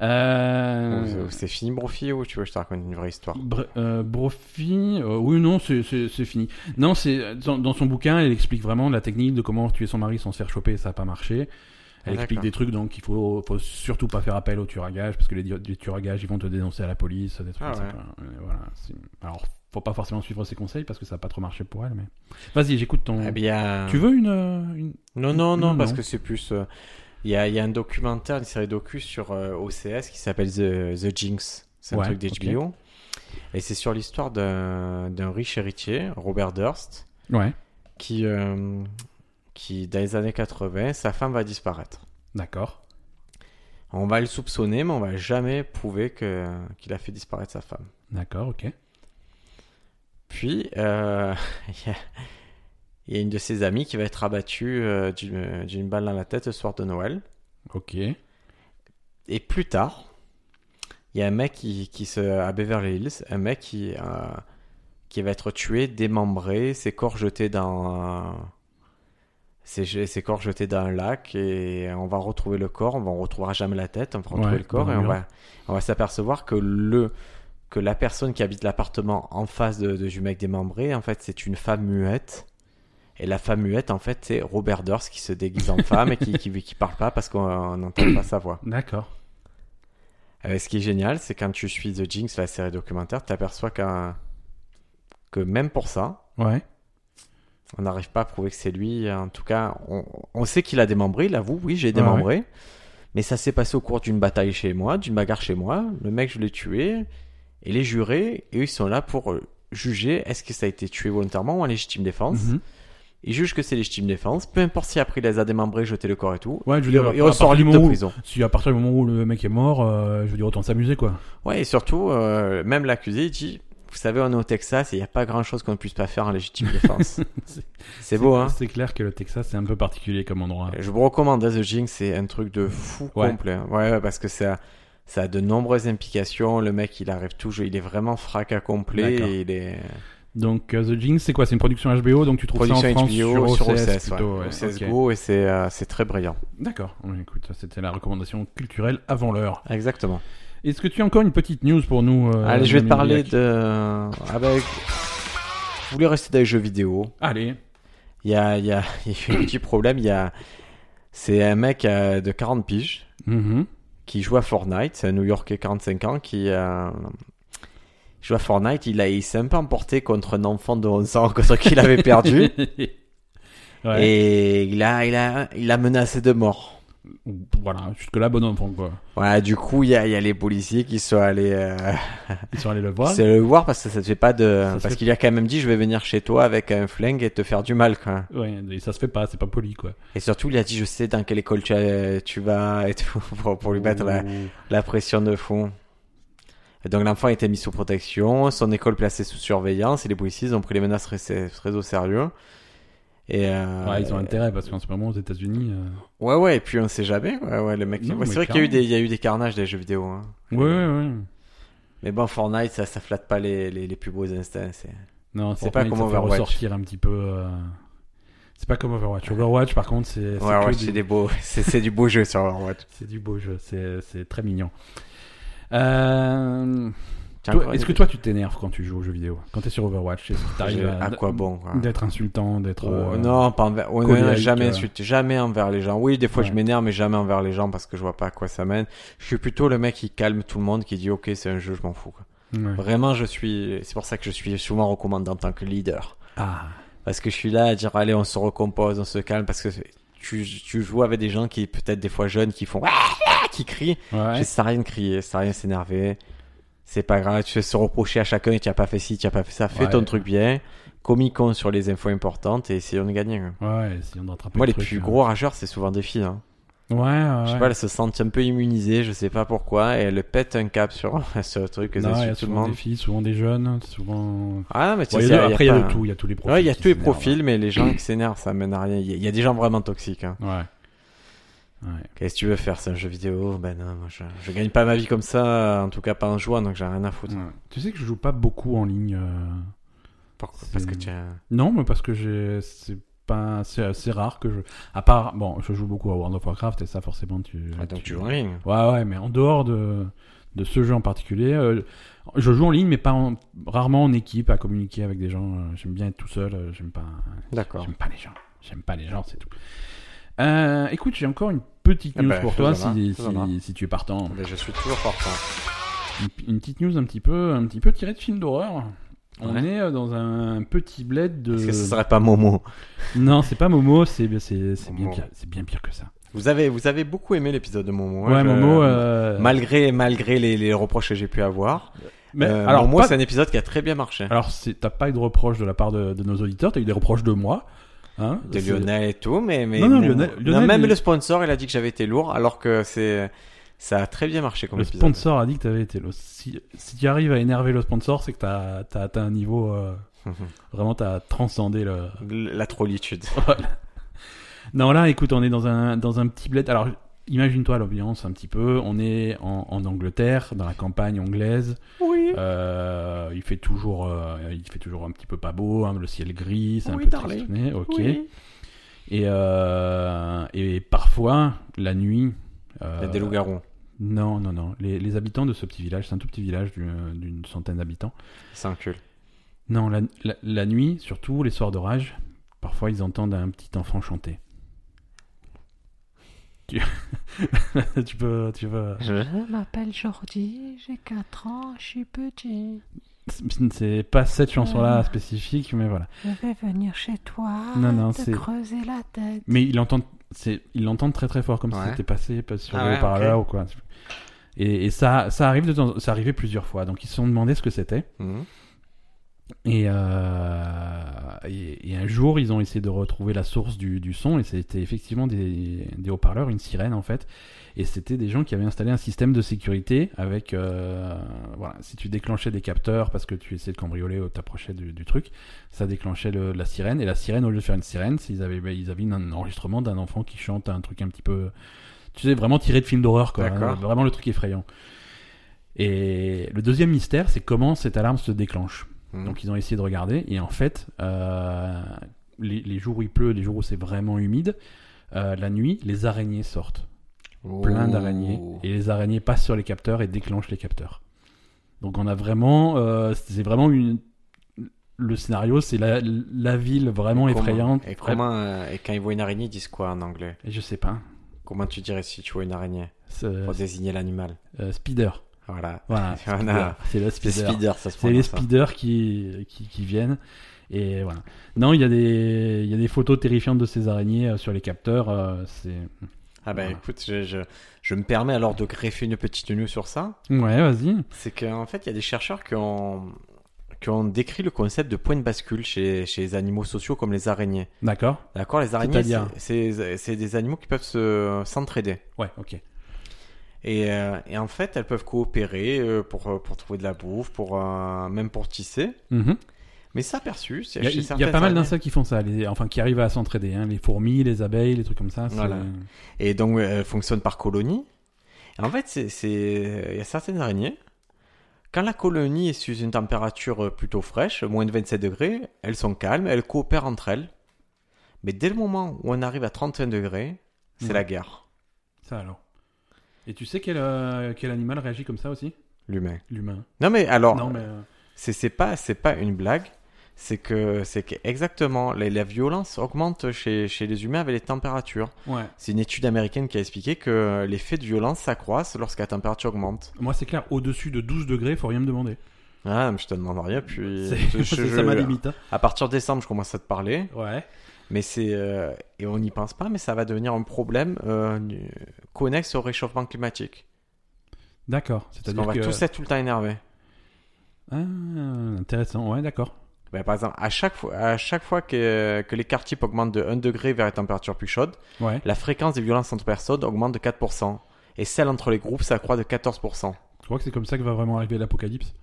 Speaker 1: Euh...
Speaker 3: Ou C'est fini, Brophy, ou tu veux que je te raconte une vraie histoire
Speaker 1: Br- euh, Brophy, euh, oui non, c'est- c'est c'est fini. Non, c'est dans, dans son bouquin, elle explique vraiment la technique de comment tuer son mari sans se faire choper, ça n'a pas marché.
Speaker 3: Ah,
Speaker 1: Elle explique
Speaker 3: d'accord.
Speaker 1: des trucs donc il faut, faut surtout pas faire appel aux tueurs à gages parce que les, di- les tueurs à gages ils vont te dénoncer à la police, des trucs
Speaker 3: Ah
Speaker 1: comme
Speaker 3: ouais.
Speaker 1: ça. quoi. Euh, Voilà. c'est- Alors faut pas forcément suivre ses conseils parce que ça a pas trop marché pour elle. Mais vas-y, j'écoute ton.
Speaker 3: Eh bien.
Speaker 1: Tu veux une, euh, une...
Speaker 3: Non, non, non,
Speaker 1: Non,
Speaker 3: parce
Speaker 1: non.
Speaker 3: que c'est plus. euh, Il y, a, il y a un documentaire, une série docu sur euh, OCS qui s'appelle The, The Jinx. C'est un
Speaker 1: Ouais,
Speaker 3: truc d'HBO. Et c'est sur l'histoire d'un d'un riche héritier, Robert Durst,
Speaker 1: Ouais.
Speaker 3: qui, euh, qui, dans les années 80, sa femme va disparaître.
Speaker 1: D'accord.
Speaker 3: On va le soupçonner, mais on va jamais prouver que- qu'il a fait disparaître sa femme.
Speaker 1: D'accord. Ok.
Speaker 3: Puis, euh, il y a- il y, a une de ses amies qui va être abattue euh, d'une d'une balle dans la tête le soir de Noël.
Speaker 1: Ok.
Speaker 3: Et plus tard, il y a un mec qui, qui se, à Beverly Hills, un mec qui, euh, qui va être tué, démembré, ses corps jetés dans. un- Ses, je- ses corps jetés dans un lac et on va retrouver le corps, on va on retrouvera jamais la tête, on va retrouver
Speaker 1: Ouais,
Speaker 3: le corps
Speaker 1: dans
Speaker 3: et
Speaker 1: le
Speaker 3: on
Speaker 1: mur.
Speaker 3: va, on va s'apercevoir que le que la personne qui habite l'appartement en face de, de du mec démembré, en fait, c'est une femme muette. Et la femme muette, en fait, c'est Robert Durst qui se déguise en femme et qui, qui, qui parle pas parce qu'on n'entend pas sa voix.
Speaker 1: D'accord.
Speaker 3: Euh, ce qui est génial, c'est quand tu suis The Jinx, la série documentaire, tu t'aperçois qu'un- que même pour ça,
Speaker 1: Ouais.
Speaker 3: on n'arrive pas à prouver que c'est lui. En tout cas, on, on sait qu'il a démembré, il avoue, oui, j'ai
Speaker 1: Ouais,
Speaker 3: démembré. Mais ça s'est passé au cours d'une bataille chez moi, d'une bagarre chez moi. Le mec, je l'ai tué. Et les jurés, eux, ils sont là pour euh, juger est-ce que ça a été tué volontairement ou en légitime défense.
Speaker 1: Mhm.
Speaker 3: Ils jugent que c'est légitime défense, peu importe si après il les a démembrés, jeté le corps et tout.
Speaker 1: Ouais. Je veux
Speaker 3: Il,
Speaker 1: dire,
Speaker 3: il
Speaker 1: à
Speaker 3: ressort
Speaker 1: partir du
Speaker 3: libre de
Speaker 1: moment où-
Speaker 3: prison.
Speaker 1: Si à partir du moment où le mec est mort, euh, je veux dire autant s'amuser quoi.
Speaker 3: Ouais, et surtout, euh, même l'accusé, il dit vous savez, on est au Texas et il n'y a pas grand chose qu'on ne puisse pas faire en légitime défense. c'est beau, hein
Speaker 1: C'est clair que le Texas, c'est un peu particulier comme endroit.
Speaker 3: Je vous recommande hein, The Jinx, c'est un truc de fou
Speaker 1: Ouais.
Speaker 3: complet. hein. Ouais, ouais, parce que ça, ça a de nombreuses implications. Le mec, il arrive toujours, il est vraiment fracas complet.
Speaker 1: D'accord.
Speaker 3: et Il est
Speaker 1: Donc, euh, The Jinx, c'est quoi C'est une production HBO, donc tu trouves ça en
Speaker 3: production
Speaker 1: France
Speaker 3: HBO sur OCS,
Speaker 1: plutôt,
Speaker 3: ouais.
Speaker 1: ouais,
Speaker 3: OCS
Speaker 1: ok.
Speaker 3: Go, et c'est euh, c'est très brillant.
Speaker 1: D'accord. Ouais, Écoute, ça, c'était la recommandation culturelle avant l'heure.
Speaker 3: Exactement.
Speaker 1: Est-ce que tu as encore une petite news pour nous euh,
Speaker 3: Allez, je vais te
Speaker 1: Manu
Speaker 3: parler
Speaker 1: Biac
Speaker 3: de. euh, ah, bah, Avec. Je voulais rester dans les jeux vidéo.
Speaker 1: Allez.
Speaker 3: Il y a, il y, a, il y a eu un petit problème. Il y a. C'est un mec euh, de 40 piges.
Speaker 1: Mhm.
Speaker 3: qui joue à Fortnite, c'est un New Yorkais 45 ans qui euh, joue à Fortnite, il, a- il s'est un peu emporté contre un enfant de 11 ans contre qui il avait perdu
Speaker 1: Ouais.
Speaker 3: et il a, il, a, il a menacé de mort.
Speaker 1: Voilà, jusque-là, bon enfant, quoi.
Speaker 3: Voilà, du coup, il y a, il y a les policiers qui sont allés euh,
Speaker 1: Ils sont allés le
Speaker 3: qui
Speaker 1: voir.
Speaker 3: sont allés le voir parce que ça te fait pas de.
Speaker 1: se
Speaker 3: parce
Speaker 1: fait-
Speaker 3: qu'il a quand même dit je vais venir chez toi avec un flingue et te faire du mal quoi.
Speaker 1: Ouais, et ça se fait pas, c'est pas poli, quoi.
Speaker 3: Et surtout, il a dit je sais dans quelle école tu, as- tu vas et tout pour, pour lui mettre la,
Speaker 1: Ouh.
Speaker 3: La pression de fond. Et Donc l'enfant a été mis sous protection, son école placée sous surveillance et les policiers ils ont pris les menaces très, très au sérieux. Et euh,
Speaker 1: Ouais, ils ont intérêt, parce qu'en ce moment, aux États-Unis. euh,
Speaker 3: ouais ouais et puis on sait jamais ouais, ouais, le mec
Speaker 1: Non,
Speaker 3: Ouais,
Speaker 1: mais
Speaker 3: c'est vrai qu'il y a eu des il y a eu des carnages des jeux vidéo hein.
Speaker 1: Ouais, ouais, ouais.
Speaker 3: mais bon Fortnite ça ça flatte pas les, les, les plus beaux instincts c'est-
Speaker 1: Non,
Speaker 3: C'est
Speaker 1: c'est
Speaker 3: pas
Speaker 1: pas
Speaker 3: comme
Speaker 1: ça fait
Speaker 3: Overwatch.
Speaker 1: ressortir un petit peu. euh, C'est pas comme Overwatch. Overwatch, par contre, c'est c'est
Speaker 3: ouais
Speaker 1: que
Speaker 3: ouais
Speaker 1: des-
Speaker 3: c'est des beaux c'est c'est du beau jeu sur Overwatch
Speaker 1: c'est du beau jeu. C'est c'est très mignon. Euh,
Speaker 3: Tiens,
Speaker 1: toi,
Speaker 3: encore
Speaker 1: Est-ce
Speaker 3: une-
Speaker 1: que toi, tu t'énerves quand tu joues aux jeux vidéo Quand t'es sur Overwatch, est-ce que
Speaker 3: J'ai-
Speaker 1: t'arrives à,
Speaker 3: à quoi bon quoi.
Speaker 1: d'être insultant, d'être
Speaker 3: Oh,
Speaker 1: euh,
Speaker 3: non, pas envers- on
Speaker 1: colérique,
Speaker 3: n'a jamais
Speaker 1: euh.
Speaker 3: insulté, jamais envers les gens. Oui, des fois je
Speaker 1: Ouais.
Speaker 3: m'énerve, mais jamais envers les gens parce que je vois pas à quoi ça mène. Je suis plutôt le mec qui calme tout le monde, qui dit ok, c'est un jeu, je m'en fous. quoi.
Speaker 1: ouais.
Speaker 3: Vraiment, je suis. C'est pour ça que je suis souvent recommandé en tant que leader,
Speaker 1: Ah,
Speaker 3: parce que je suis là à dire allez, on se recompose, on se calme, parce que c'est- tu, tu joues avec des gens qui peut-être des fois jeunes, qui font qui crient.
Speaker 1: ouais.
Speaker 3: Ça sert à rien de crier, ça sert à rien de s'énerver. C'est pas grave, tu fais se reprocher à chacun et tu as pas fait ci, tu as pas fait ça. Fais
Speaker 1: Ouais.
Speaker 3: ton truc bien, comicons sur les infos importantes et essayons de gagner. quoi.
Speaker 1: Ouais, essayons d'attraper
Speaker 3: Moi,
Speaker 1: le
Speaker 3: les
Speaker 1: truc,
Speaker 3: plus
Speaker 1: hein.
Speaker 3: gros rageurs, c'est souvent des filles. hein.
Speaker 1: Ouais, ouais,
Speaker 3: Je
Speaker 1: ouais.
Speaker 3: sais pas, elles se sentent un peu immunisées, je sais pas pourquoi, et elles pètent un cap sur ce truc, elles
Speaker 1: Non, il y a
Speaker 3: insultent tout le
Speaker 1: souvent
Speaker 3: monde.
Speaker 1: des filles, souvent des jeunes, souvent.
Speaker 3: Ah non, mais tu
Speaker 1: Bon, il y
Speaker 3: sais,
Speaker 1: a-
Speaker 3: il y a
Speaker 1: après, il y a
Speaker 3: pas-
Speaker 1: de tout, il y a tous les profils.
Speaker 3: Ouais, il y a
Speaker 1: qui
Speaker 3: tous les
Speaker 1: s'énervent.
Speaker 3: profils, mais les gens qui s'énervent, ça mène à rien. Il y, a- il y a des gens vraiment toxiques. hein.
Speaker 1: Ouais. Ouais.
Speaker 3: Qu'est-ce que tu veux faire C'est un jeu vidéo Ben non, moi, je, je gagne pas ma vie comme ça, en tout cas pas en jouant, donc j'ai rien à foutre.
Speaker 1: Ouais. Tu sais que je joue pas beaucoup en ligne. euh,
Speaker 3: Pourquoi
Speaker 1: C'est-
Speaker 3: Parce que tu as...
Speaker 1: Non, mais parce que j'ai, c'est pas, c'est assez rare que je. À part, bon, je joue beaucoup à World of Warcraft et ça, forcément, tu.
Speaker 3: Ah, donc tu joues en ligne.
Speaker 1: Ouais, ouais, mais en dehors de, de ce jeu en particulier, euh, je joue en ligne, mais pas en- rarement en équipe à communiquer avec des gens. euh, J'aime bien être tout seul. euh, J'aime pas.
Speaker 3: D'accord.
Speaker 1: J'aime pas les gens. J'aime pas les gens, c'est tout. Euh, écoute, j'ai encore une petite
Speaker 3: Eh
Speaker 1: news
Speaker 3: ben,
Speaker 1: pour toi
Speaker 3: faisons-la,
Speaker 1: si,
Speaker 3: faisons-la.
Speaker 1: si, si tu es partant.
Speaker 3: Mais Ben, je suis toujours partant.
Speaker 1: Une, une petite news un petit peu, un petit peu tirée de film d'horreur. On
Speaker 3: Ouais.
Speaker 1: est euh, dans un petit bled de.
Speaker 3: Est-ce que ce serait pas Momo
Speaker 1: Non, c'est pas Momo, c'est c'est- c'est bien
Speaker 3: Momo.
Speaker 1: pire, c'est bien pire que ça.
Speaker 3: vous avez, vous avez beaucoup aimé l'épisode de Momo. hein,
Speaker 1: Ouais,
Speaker 3: je-
Speaker 1: Momo. euh,
Speaker 3: Malgré, malgré les, les reproches que j'ai pu avoir.
Speaker 1: mais-
Speaker 3: Euh,
Speaker 1: alors
Speaker 3: pour moi,
Speaker 1: pas- Ah,
Speaker 3: c'est un épisode qui a très bien marché.
Speaker 1: Alors, c'est- t'as pas eu de reproches de la part de, de nos auditeurs, t'as eu des reproches de moi. Hein
Speaker 3: de
Speaker 1: C'est-
Speaker 3: Lionel et tout, mais, mais
Speaker 1: Non, non,
Speaker 3: mais-
Speaker 1: Lionel-
Speaker 3: non,
Speaker 1: Lionel,
Speaker 3: même
Speaker 1: il-
Speaker 3: le sponsor, il a dit que j'avais été lourd, alors que c'est ça a très bien marché comme
Speaker 1: Le
Speaker 3: épisode.
Speaker 1: sponsor a dit que t'avais été. le- Si, si tu arrives à énerver le sponsor, c'est que t'as as atteint un niveau. euh, Vraiment, t'as transcendé le.
Speaker 3: La trollitude.
Speaker 1: Voilà. Non, là, écoute, on est dans un, dans un petit bled. Alors, imagine-toi l'ambiance un petit peu. On est en, en Angleterre, dans la campagne anglaise.
Speaker 3: Oui.
Speaker 1: Euh, il, fait toujours, euh, il fait toujours un petit peu pas beau, hein, le ciel gris, c'est
Speaker 3: Oui,
Speaker 1: un peu
Speaker 3: darling.
Speaker 1: tristouné, ok.
Speaker 3: Oui.
Speaker 1: Et, euh, et parfois, la nuit... euh,
Speaker 3: Il y a des loups-garous.
Speaker 1: Non, non, non. Les, les habitants de ce petit village, c'est un tout petit village d'une d'une centaine d'habitants.
Speaker 3: Ils s'enculent.
Speaker 1: Non, la, la- la nuit, surtout les soirs d'orage, parfois ils entendent un petit enfant chanter. Tu, tu peux, tu peux.
Speaker 5: Je m'appelle Jordi, j'ai 4 ans, je suis petit.
Speaker 1: C'est pas cette chanson-là spécifique, mais voilà.
Speaker 5: Je vais venir chez toi
Speaker 1: Non, non,
Speaker 5: te
Speaker 1: c'est-
Speaker 5: creuser la tête.
Speaker 1: Mais ils l'entendent, c'est, ils l'entendent très très fort, comme
Speaker 3: Ouais.
Speaker 1: si c'était passé pas- sur
Speaker 3: Ah
Speaker 1: le
Speaker 3: ouais,
Speaker 1: haut-parleur ou quoi. Et, et ça, ça arrive de temps, ça arrivait plusieurs fois. Donc ils se sont demandé ce que c'était.
Speaker 3: Mhm.
Speaker 1: Et, euh, et, et un jour, ils ont essayé de retrouver la source du, du son, et c'était effectivement des, des haut-parleurs, une sirène en fait. Et c'était des gens qui avaient installé un système de sécurité avec. euh, voilà, si tu déclenchais des capteurs parce que tu essayais de cambrioler ou t'approchais du, du truc, ça déclenchait le- la sirène. Et la sirène, au lieu de faire une sirène, c'est- ils avaient, ben, ils avaient une- un enregistrement d'un enfant qui chante un truc un petit peu. Tu sais, vraiment tiré de film d'horreur, quoi.
Speaker 3: D'accord.
Speaker 1: hein, vraiment le truc effrayant. Et le deuxième mystère, c'est comment cette alarme se déclenche.
Speaker 3: Mhm.
Speaker 1: Donc ils ont essayé de regarder et en fait, euh, les, les jours où il pleut, les jours où c'est vraiment humide, euh, la nuit, les araignées sortent, plein
Speaker 3: Oh.
Speaker 1: d'araignées, et les araignées passent sur les capteurs et déclenchent les capteurs. Donc on a vraiment, euh, c'est vraiment une, le scénario, c'est la, la ville vraiment
Speaker 3: Comment-
Speaker 1: effrayante.
Speaker 3: Et, comment, euh, et quand ils voient une araignée, ils disent quoi en anglais
Speaker 1: Et Je sais pas,
Speaker 3: Comment tu dirais si tu vois une araignée
Speaker 1: C'est-
Speaker 3: Pour désigner l'animal.
Speaker 1: euh, speeder,
Speaker 3: Voilà.
Speaker 1: voilà,
Speaker 3: Voilà.
Speaker 1: c'est la
Speaker 3: C'est
Speaker 1: speeder.
Speaker 3: speeder, ça se
Speaker 1: Ah, C'est les
Speaker 3: prononce. hein. ça.
Speaker 1: speeders qui, qui, qui viennent. Et voilà. Non, il y, a des- il y a des photos terrifiantes de ces araignées euh, sur les capteurs. euh, c'est...
Speaker 3: Ah bah
Speaker 1: Voilà.
Speaker 3: écoute, je, je, je me permets alors de greffer une petite news sur ça.
Speaker 1: Ouais, vas-y.
Speaker 3: C'est qu'en fait, il y a des chercheurs qui ont, qui ont décrit le concept de point de bascule chez, chez les animaux sociaux comme les araignées.
Speaker 1: D'accord.
Speaker 3: D'accord Les araignées,
Speaker 1: C'est-à-dire
Speaker 3: c'est- c'est c'est des animaux qui peuvent se- s'entraider.
Speaker 1: Ouais, ok.
Speaker 3: Et, euh, et en fait, elles peuvent coopérer euh, pour, euh, pour trouver de la bouffe, pour, euh, même pour tisser.
Speaker 1: Mhm.
Speaker 3: Mais ça aperçu, c'est
Speaker 1: Il y a,
Speaker 3: chez
Speaker 1: il y a
Speaker 3: certaines
Speaker 1: pas mal
Speaker 3: araignées.
Speaker 1: d'insectes qui font ça, les- enfin qui arrivent à s'entraider. hein. Les fourmis, les abeilles, les trucs comme ça. c'est-
Speaker 3: Voilà. Et donc, euh, elles fonctionnent par colonie. Et en fait, c'est- c'est- il y a certaines araignées. Quand la colonie est sous une température euh, plutôt fraîche, moins de 27 degrés, elles sont calmes, elles coopèrent entre elles. Mais dès le moment où on arrive à 31 degrés, c'est
Speaker 1: Mhm.
Speaker 3: la guerre.
Speaker 1: Ça alors. Et tu sais quel, euh, quel animal réagit comme ça aussi
Speaker 3: L'humain.
Speaker 1: L'humain.
Speaker 3: Non mais alors,
Speaker 1: non, mais. euh,
Speaker 3: c'est c'est pas, c'est pas une blague. C'est que, c'est que exactement, la, la violence augmente chez, chez les humains avec les températures.
Speaker 1: Ouais.
Speaker 3: C'est une étude américaine qui a expliqué que les faits de violence s'accroissent lorsque la température augmente.
Speaker 1: Moi, c'est clair, au-dessus de 12 degrés, faut rien me demander.
Speaker 3: Ah, mais je te demande rien, puis
Speaker 1: C'est-
Speaker 3: je- je-
Speaker 1: ça m'a limite. hein.
Speaker 3: À partir de décembre, je commence à te parler,
Speaker 1: Ouais.
Speaker 3: mais c'est euh, et on n'y pense pas, mais ça va devenir un problème euh, nu- connexe au réchauffement climatique.
Speaker 1: D'accord.
Speaker 3: Parce
Speaker 1: C'est-à-dire
Speaker 3: qu'on va
Speaker 1: que.
Speaker 3: tous être tout le temps énervés.
Speaker 1: Ah, intéressant. Ouais, d'accord.
Speaker 3: Ben, par exemple, à chaque fois, à chaque fois que, que l'écart type augmente de 1 degré vers les températures plus chaudes,
Speaker 1: Ouais.
Speaker 3: la fréquence des violences entre personnes augmente de 4%, et celle entre les groupes s'accroît de 14%.
Speaker 1: Je crois que c'est comme ça que va vraiment arriver l'apocalypse.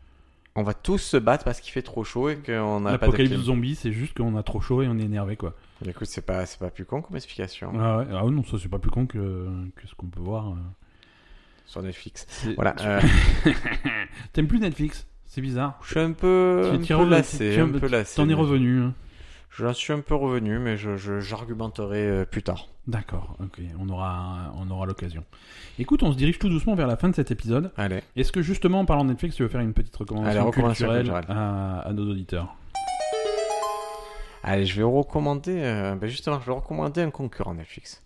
Speaker 3: On va tous se battre parce qu'il fait trop chaud et qu'on n'a pas de
Speaker 1: L'apocalypse
Speaker 3: clim.
Speaker 1: zombie, c'est juste qu'on a trop chaud et on est énervé, quoi.
Speaker 3: Écoute, c'est pas, c'est pas plus con comme explication
Speaker 1: Ah ouais, ah non, ça c'est pas plus con que, que ce qu'on peut voir. euh.
Speaker 3: sur Netflix.
Speaker 1: C'est-
Speaker 3: Voilà.
Speaker 1: tu-
Speaker 3: euh,
Speaker 1: T'aimes plus Netflix C'est bizarre.
Speaker 3: Je suis un peu,
Speaker 1: Tu
Speaker 3: un
Speaker 1: t'y
Speaker 3: peu
Speaker 1: revenu-
Speaker 3: lassé,
Speaker 1: tu-
Speaker 3: un peu lassé.
Speaker 1: T'en es revenu. hein.
Speaker 3: Je suis un peu revenu, mais je, je- j'argumenterai euh, plus tard.
Speaker 1: D'accord, ok, on aura, on aura l'occasion. Écoute, on se dirige tout doucement vers la fin de cet épisode.
Speaker 3: Allez.
Speaker 1: Est-ce que justement, en parlant de Netflix, tu veux faire une petite recommandation,
Speaker 3: Allez, recommandation
Speaker 1: culturelle,
Speaker 3: culturelle.
Speaker 1: à, à nos auditeurs
Speaker 3: Allez, je vais recommander, euh, ben justement, je vais recommander un concurrent Netflix.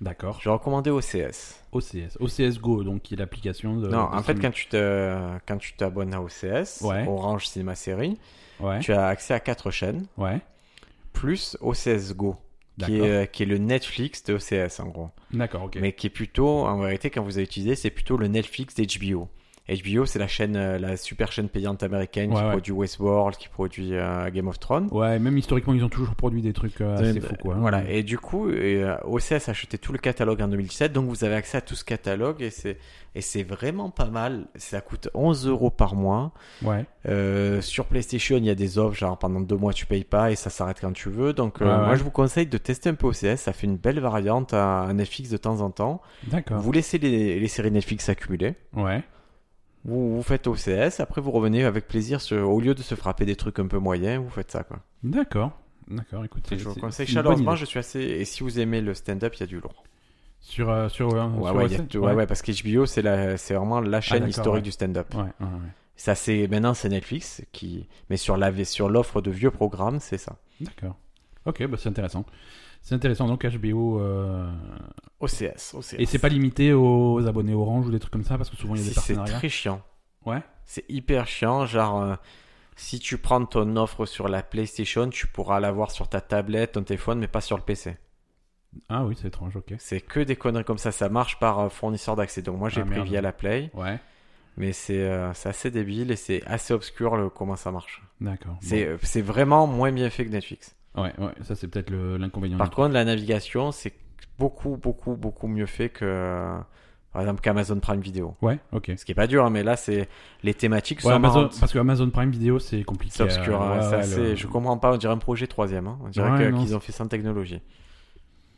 Speaker 1: D'accord.
Speaker 3: Je vais recommander OCS.
Speaker 1: OCS. OCS Go, donc qui est l'application de.
Speaker 3: non,
Speaker 1: de
Speaker 3: en fait,
Speaker 1: streaming.
Speaker 3: quand tu, te, quand tu t'abonnes à OCS,
Speaker 1: Ouais.
Speaker 3: Orange Cinéma Série,
Speaker 1: Ouais,
Speaker 3: tu as accès à quatre chaînes,
Speaker 1: ouais,
Speaker 3: plus OCS Go, qui est,
Speaker 1: D'accord.
Speaker 3: euh, qui est le Netflix de OCS, en gros.
Speaker 1: d'accord, ok.
Speaker 3: Mais qui est plutôt, en vérité, quand vous avez utilisé, c'est plutôt le Netflix d'HBO. HBO, c'est la chaîne, euh, la super chaîne payante américaine
Speaker 1: Ouais,
Speaker 3: qui
Speaker 1: ouais.
Speaker 3: produit Westworld, qui produit euh, Game of Thrones.
Speaker 1: Ouais, même historiquement, ils ont toujours produit des trucs euh, assez
Speaker 3: Euh,
Speaker 1: fous, quoi. hein.
Speaker 3: Voilà. Et du coup, et, euh, OCS a acheté tout le catalogue en 2017, donc vous avez accès à tout ce catalogue et c'est et c'est vraiment pas mal. Ça coûte 11 euros par mois.
Speaker 1: Ouais.
Speaker 3: Euh, sur PlayStation, il y a des offres, genre pendant deux mois tu payes pas et ça s'arrête quand tu veux. Donc euh,
Speaker 1: Ouais, ouais.
Speaker 3: moi, je vous conseille de tester un peu OCS. Ça fait une belle variante à, à Netflix de temps en temps.
Speaker 1: D'accord.
Speaker 3: Vous laissez les, les séries Netflix s'accumuler.
Speaker 1: Ouais.
Speaker 3: Vous, vous faites OCS, après vous revenez avec plaisir sur- au lieu de se frapper des trucs un peu moyens, vous faites ça quoi.
Speaker 1: D'accord. D'accord, écoute. c'est-
Speaker 3: Je vous
Speaker 1: c'est-
Speaker 3: conseille
Speaker 1: c'est une bonne
Speaker 3: chaleureusement,
Speaker 1: idée.
Speaker 3: je suis assez. Et si vous aimez le stand-up, il y a du lourd.
Speaker 1: Sur, euh, sur, euh,
Speaker 3: Ouais,
Speaker 1: sur
Speaker 3: ouais, il y a
Speaker 1: OCS?
Speaker 3: tout- ouais, ouais, parce qu'HBO, c'est la- c'est vraiment la chaîne
Speaker 1: Ah, d'accord,
Speaker 3: historique
Speaker 1: ouais.
Speaker 3: du stand-up.
Speaker 1: Ouais, ouais, ouais.
Speaker 3: Ça, c'est maintenant, c'est Netflix qui, mais sur la, sur l'offre de vieux programmes, c'est ça.
Speaker 1: D'accord. Ok, bah c'est intéressant. C'est intéressant, donc HBO. euh,
Speaker 3: OCS, OCS.
Speaker 1: Et c'est pas limité aux abonnés Orange ou des trucs comme ça, parce que souvent il y a
Speaker 3: Si,
Speaker 1: des
Speaker 3: C'est
Speaker 1: partenariats.
Speaker 3: très chiant.
Speaker 1: Ouais.
Speaker 3: C'est hyper chiant, genre. euh, Si tu prends ton offre sur la PlayStation, tu pourras l'avoir sur ta tablette, ton téléphone, mais pas sur le PC.
Speaker 1: Ah oui, c'est étrange, ok.
Speaker 3: C'est que des conneries comme ça. Ça marche par euh, fournisseur d'accès. Donc moi, j'ai
Speaker 1: Ah,
Speaker 3: pris
Speaker 1: merde.
Speaker 3: via la Play.
Speaker 1: Ouais.
Speaker 3: Mais c'est euh, c'est assez débile et c'est assez obscur le, comment ça marche.
Speaker 1: D'accord. Bon.
Speaker 3: C'est euh, c'est vraiment moins bien fait que Netflix.
Speaker 1: Ouais, ouais, ça c'est peut-être le- l'inconvénient.
Speaker 3: Par contre, la navigation, c'est beaucoup, beaucoup, beaucoup mieux fait que, euh, par exemple, qu'Amazon Prime Video.
Speaker 1: Ouais, ok.
Speaker 3: Ce qui est pas dur, hein, mais là, c'est les thématiques
Speaker 1: Ouais,
Speaker 3: sont
Speaker 1: Amazon-
Speaker 3: marrantes.
Speaker 1: parce que Amazon Prime Video c'est compliqué.
Speaker 3: C'est obscur,
Speaker 1: à-
Speaker 3: hein,
Speaker 1: ouais,
Speaker 3: c'est
Speaker 1: ouais,
Speaker 3: assez-
Speaker 1: le-
Speaker 3: je comprends pas, on dirait un projet troisième, hein. on dirait
Speaker 1: Ouais,
Speaker 3: que-
Speaker 1: non,
Speaker 3: qu'ils ont fait sans technologie.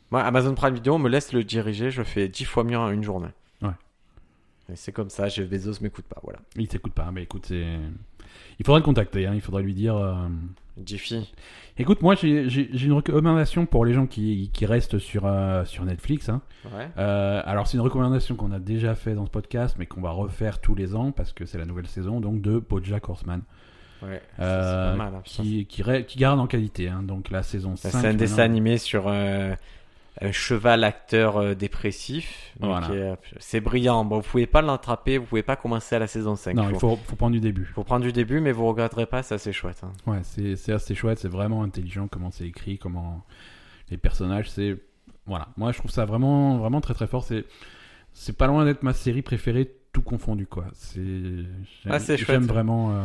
Speaker 3: Moi, Amazon Prime Video on me laisse le diriger, je fais 10 fois mieux en une journée.
Speaker 1: Ouais.
Speaker 3: Et c'est comme ça, Jeff Bezos m'écoute pas, voilà.
Speaker 1: Il t'écoute pas, mais écoute, c'est- il faudrait le contacter, hein, il faudrait lui dire. euh,
Speaker 3: Jiffy,
Speaker 1: Écoute, moi j'ai j'ai- j'ai une recommandation pour les gens qui, qui restent sur, euh, sur Netflix. hein.
Speaker 3: ouais.
Speaker 1: Euh, alors c'est une recommandation qu'on a déjà fait dans ce podcast, mais qu'on va refaire tous les ans parce que c'est la nouvelle saison donc de BoJack Horseman,
Speaker 3: ouais. Ça,
Speaker 1: euh,
Speaker 3: c'est pas mal, hein, putain.
Speaker 1: qui, qui, re- qui garde en qualité. hein. donc la saison 5.
Speaker 3: Ça, C'est un dessin
Speaker 1: maintenant.
Speaker 3: animé sur euh, un cheval acteur euh, dépressif. Donc,
Speaker 1: Voilà.
Speaker 3: euh, C'est brillant. Bon, vous pouvez pas l'attraper, vous pouvez pas commencer à la saison 5.
Speaker 1: Non, il faut, faut prendre du début.
Speaker 3: faut prendre du début, mais vous regretterez pas, c'est assez chouette. hein.
Speaker 1: Ouais, c'est c'est assez chouette, c'est vraiment intelligent comment c'est écrit, comment les personnages, c'est voilà. Moi, je trouve ça vraiment vraiment très très fort. C'est c'est pas loin d'être ma série préférée tout confondu quoi. C'est j'aime-
Speaker 3: Ah, c'est chouette.
Speaker 1: J'aime vraiment. euh,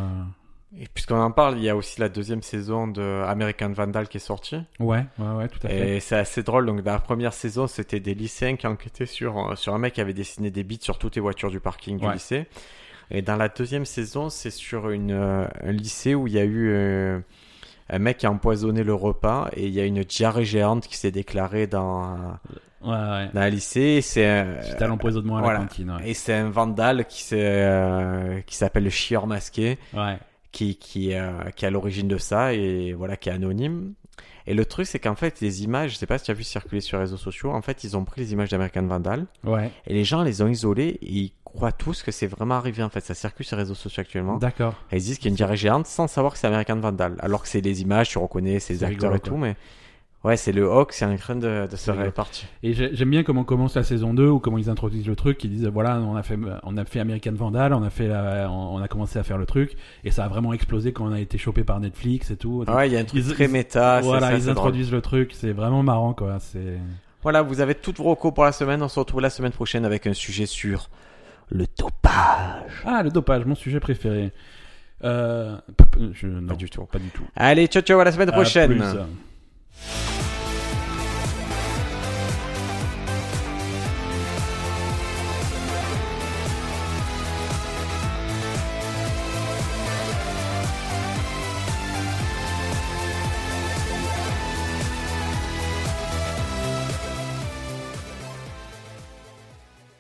Speaker 3: Et puisqu'on en parle, il y a aussi la deuxième saison de American Vandal qui est sortie.
Speaker 1: Ouais, ouais, ouais, tout à fait.
Speaker 3: Et c'est assez drôle. Donc, dans la première saison, c'était des lycéens qui enquêtaient sur, euh, sur un mec qui avait dessiné des bits sur toutes les voitures du parking du
Speaker 1: Ouais.
Speaker 3: lycée. Et dans la deuxième saison, c'est sur une, euh, un lycée où il y a eu euh, un mec qui a empoisonné le repas et il y a une diarrhée géante qui s'est déclarée dans,
Speaker 1: Ouais, ouais.
Speaker 3: dans un lycée. Et c'est un-
Speaker 1: Suite à l'empoisonnement à
Speaker 3: Euh, voilà.
Speaker 1: la cantine. Ouais.
Speaker 3: et c'est un vandale qui s'est, euh, qui s'appelle le chieur masqué
Speaker 1: Ouais.
Speaker 3: qui, qui, euh, qui est à l'origine de ça et voilà, qui est anonyme. Et le truc, c'est qu'en fait, les images, je sais pas si tu as vu circuler sur les réseaux sociaux, en fait, ils ont pris les images d'American Vandal
Speaker 1: Ouais.
Speaker 3: et les gens les ont isolées et ils croient tous que c'est vraiment arrivé. En fait, ça circule sur les réseaux sociaux actuellement.
Speaker 1: D'accord.
Speaker 3: Et ils disent qu'il y a une diarrhée géante sans savoir que c'est American Vandal. Alors que c'est les images, tu reconnais, c'est les
Speaker 1: C'est
Speaker 3: acteurs
Speaker 1: rigolo,
Speaker 3: et tout, mais ouais, c'est le hawk, c'est en train de, de se
Speaker 1: C'est rigolo.
Speaker 3: répartir.
Speaker 1: Et j'ai- j'aime bien comment commence la saison 2 ou comment ils introduisent le truc. Ils disent voilà, on a fait, on a fait American Vandal, on a fait, la- on, on a commencé à faire le truc et ça a vraiment explosé quand on a été chopé par Netflix et tout.
Speaker 3: Ah Ouais, il y a un truc
Speaker 1: Ils-
Speaker 3: très
Speaker 1: ils-
Speaker 3: méta. c'est
Speaker 1: voilà,
Speaker 3: ça,
Speaker 1: ils
Speaker 3: c'est drôle.
Speaker 1: introduisent le truc. C'est vraiment marrant quoi. C'est
Speaker 3: Voilà, vous avez toutes vos recos pour la semaine. On se retrouve la semaine prochaine avec un sujet sur le dopage.
Speaker 1: ah le dopage, mon sujet préféré. Euh, p- p- je, non,
Speaker 3: Pas du tout.
Speaker 1: Pas du tout.
Speaker 3: Allez, ciao ciao, à la semaine
Speaker 1: À
Speaker 3: prochaine.
Speaker 1: plus.